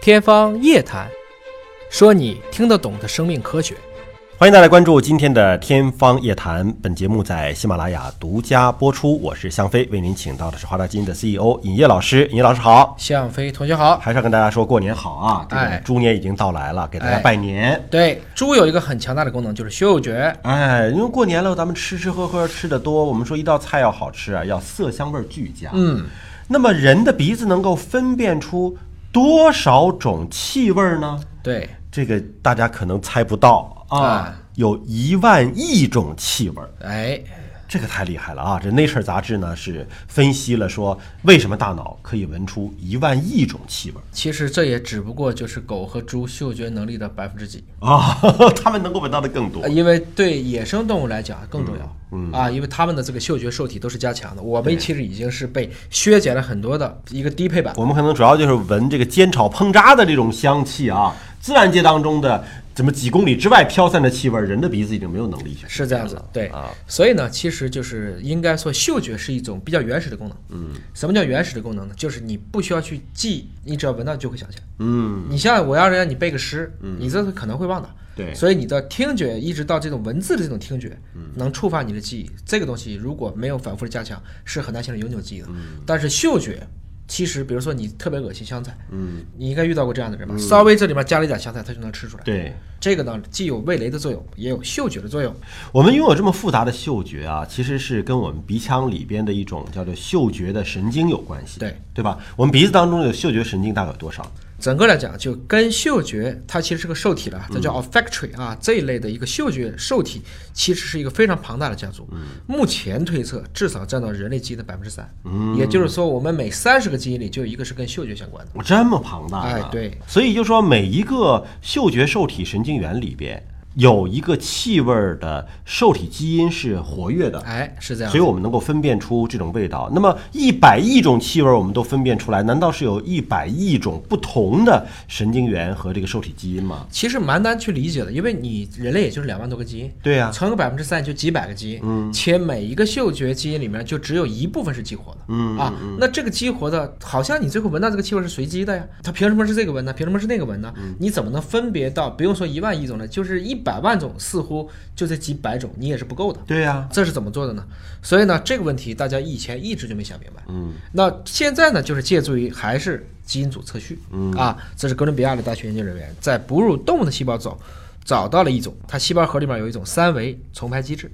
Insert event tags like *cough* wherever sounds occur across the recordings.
天方夜谭，说你听得懂的生命科学。欢迎大家关注今天的《天方夜谭》，本节目在喜马拉雅独家播出。我是向飞，为您请到的是华大基因的 CEO 尹烨老师。尹烨老师好，向飞同学好。还是要跟大家说过年好啊！这哎个猪年已经到来了，给大家哎拜年。对，猪有一个很强大的功能，就是嗅觉。哎，因为过年了，咱们吃吃喝喝吃的多，我们说一道菜要好吃啊，要色香味儿俱佳。嗯，那么人的鼻子能够分辨出多少种气味儿呢？对，这个大家可能猜不到啊啊，有一万亿种气味儿。哎，这个太厉害了啊！这《Nature》杂志呢是分析了说，为什么大脑可以闻出一万亿种气味儿其实这也只不过就是狗和猪嗅觉能力的百分之几，啊？ *laughs* 他们能够闻到的更多呃。因为对野生动物来讲更重要。啊，因为它们的这个嗅觉受体都是加强的，我们其实已经是被削减了很多的一个低配版。我们可能主要就是闻这个煎炒烹炸的这种香气啊，自然界当中的怎么几公里之外飘散的气味儿，人的鼻子已经没有能力去。是这样子，对，啊所以呢，其实就是应该说，嗅觉是一种比较原始的功能。嗯，什么叫原始的功能呢？就是你不需要去记，你只要闻到就会想起来。嗯，你像我要是让你背个诗，你这可能会忘的。对所以你的听觉一直到这种文字的这种听觉，能触发你的记忆。这个东西如果没有反复的加强，是很难形成永久记忆的。但是嗅觉。其实，比如说你特别恶心香菜，嗯，你应该遇到过这样的人吧？稍微这里面加了一点香菜，他就能吃出来。，对。这个呢，既有味蕾的作用，也有嗅觉的作用。我们拥有这么复杂的嗅觉啊，其实是跟我们鼻腔里边的一种叫做嗅觉的神经有关系，对对吧？我们鼻子当中有嗅觉神经大概有多少？整个来讲，就跟嗅觉，它其实是个受体了，它叫 olfactory 啊、这一类的一个嗅觉受体，其实是一个非常庞大的家族。目前推测至少占到人类基因的百分之三，也就是说，我们每三十个基因里就有一个是跟嗅觉相关的。我这么庞大、啊，哎对，所以就说每一个嗅觉受体神经元里边有一个气味儿的受体基因是活跃的，哎，是这样所以。我们能够分辨出这种味道。那么一百亿种气味儿我们都分辨出来，难道是有一百亿种不同的神经元和这个受体基因吗？其实蛮难去理解的，因为你人类也就是两万多个基因，对呀、嗯乘个百分之三就几百个基因，且每一个嗅觉基因里面就只有一部分是激活的，嗯啊，那这个激活的，好像你最后闻到这个气味是随机的呀，它凭什么是这个闻呢？凭什么是那个闻呢？嗯你怎么能分别到？不用说一万亿种了，就是一百万种，似乎就这几百种，你也是不够的。对呀、这是怎么做的呢？所以呢，这个问题大家以前一直就没想明白。嗯，那现在呢，就是借助于还是基因组测序。嗯啊，这是哥伦比亚的大学研究人员在哺乳动物的细胞中找到了一种，它细胞核里面有一种三维重排机制。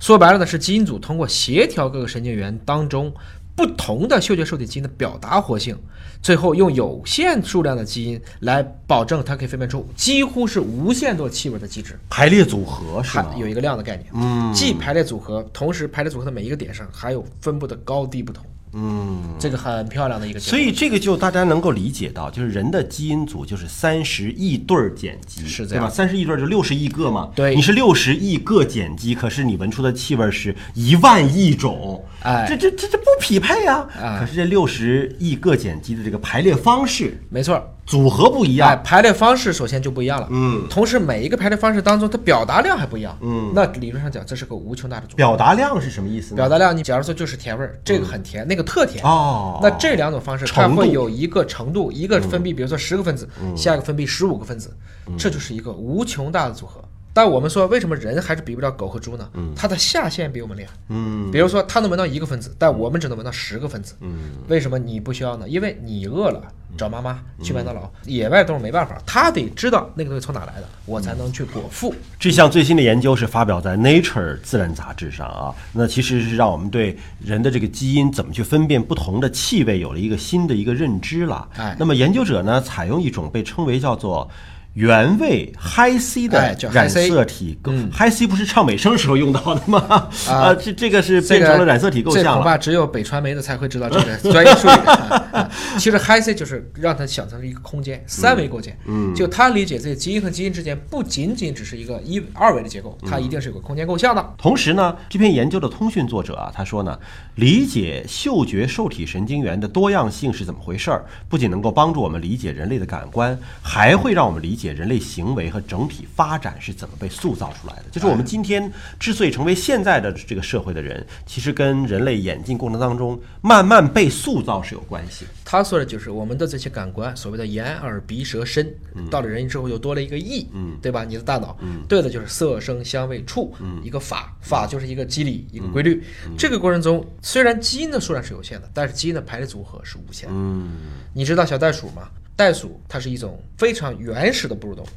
说白了呢，是基因组通过协调各个神经元当中不同的嗅觉受体基因的表达活性，最后用有限数量的基因来保证它可以分辨出几乎是无限多气味的机制。排列组合是它吗？有一个量的概念，嗯，既排列组合，同时排列组合的每一个点上还有分布的高低不同，嗯，这个很漂亮的一个结所果。以这个就大家能够理解到，就是人的基因组就是三十亿对儿碱基，是这对吧？样三十亿对儿就六十亿个嘛，对你是六十亿个碱基，可是你闻出的气味是一万亿种，哎这这这这不匹配啊！可是这六十亿个碱基的这个排列方式没错儿，组合不一哎，样，排列方式首先就不一样了，嗯，同时每一个排列方式当中，它表达量还不一样，嗯，那理论上讲，这是个无穷大的组合。表达量是什么意思呢？表达量，你假如说就是甜味儿，这个很甜，那个特甜，哦，那这两种方式，它程度嗯会有一个程度，一个分泌，比如说十个分子，下一个分泌十五个分子，嗯这就是一个无穷大的组合。但我们说，为什么人还是比不了狗和猪呢？嗯它的下限比我们厉害。嗯，比如说它能闻到一个分子，但我们只能闻到十个分子。嗯，为什么你不需要呢？因为你饿了，嗯找妈妈去麦当劳。野外动物没办法，它得知道那个东西从哪来的，我才能去果腹。这项最新的研究是发表在《Nature》自然杂志上啊，那其实是让我们对人的这个基因怎么去分辨不同的气味有了一个新的一个认知了。哎那么研究者呢，采用一种被称为叫做。原味嗨 C 哎的叫嗯染 Hi-C 色体构，嗨 C 不是唱美声时候用到的吗？ *laughs* 啊，这这个是这变个成了染色体构这象恐了。怕只有北传媒的才会知道这个 *laughs* 专业术语。啊啊 *laughs* 其实 HiC 就是让它想成了一个空间，三维构建。嗯，就他理解这基因和基因之间不仅仅只是一个一二维的结构，嗯它一定是有个空间构象的。同时呢，这篇研究的通讯作者啊，他说呢，理解嗅觉受体神经元的多样性是怎么回事儿，不仅能够帮助我们理解人类的感官，还会让我们理解人类行为和整体发展是怎么被塑造出来的。就是我哎们今天之所以成为现在的这个社会的人，其实跟人类演进过程当中慢慢被塑造是有关系。他说的就是我们的这些感官，所谓的眼、耳、鼻、舌、身，到了人之后又多了一个意，嗯对吧？你的大脑，对的就是色、声、香味、触，一个法，法就是一个机理，嗯一个规律。这个过程中，虽然基因的数量是有限的，但是基因的排列组合是无限的。嗯你知道小袋鼠吗？袋鼠它是一种非常原始的哺乳动物，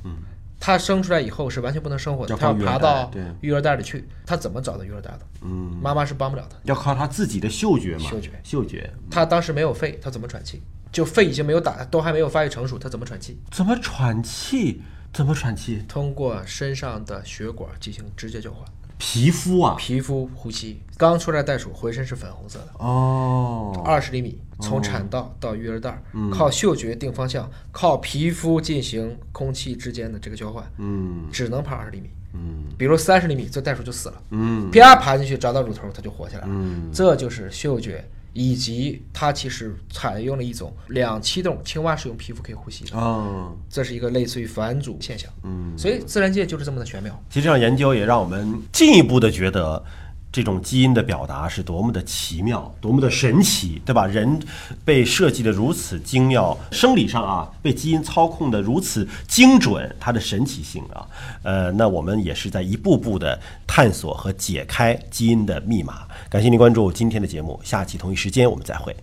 它生出来以后是完全不能生活的，嗯要它要放育儿爬袋到对育儿袋里去，它怎么找到育儿袋的？嗯，妈妈是帮不了它的。要靠他自己的嗅觉嘛，嗅觉嗅觉它当时没有肺，它怎么喘气？就肺已经没有打，都还没有发育成熟，它怎么喘气？怎么喘气？怎么喘气？通过身上的血管进行直接交换，皮肤啊，皮肤呼吸。刚出来袋鼠浑身是粉红色的，哦，嗯二十厘米，从产道到育儿袋儿，靠嗅觉定方向，靠皮肤进行空气之间的这个交换，嗯只能爬二十厘米。嗯比如三十厘米，这袋鼠就死了，嗯啪爬进去找到乳头，它就活下来了。嗯这就是嗅觉，以及它其实采用了一种两栖动物，青蛙是用皮肤可以呼吸的，哦，这是一个类似于反祖现象。嗯，所以自然界就是这么的玄妙。其实这样研究也让我们进一步的觉得。这种基因的表达是多么的奇妙，多么的神奇，对吧？人被设计的如此精妙，生理上啊被基因操控的如此精准，它的神奇性啊，呃，那我们也是在一步步的探索和解开基因的密码。感谢您关注今天的节目，下期同一时间我们再会。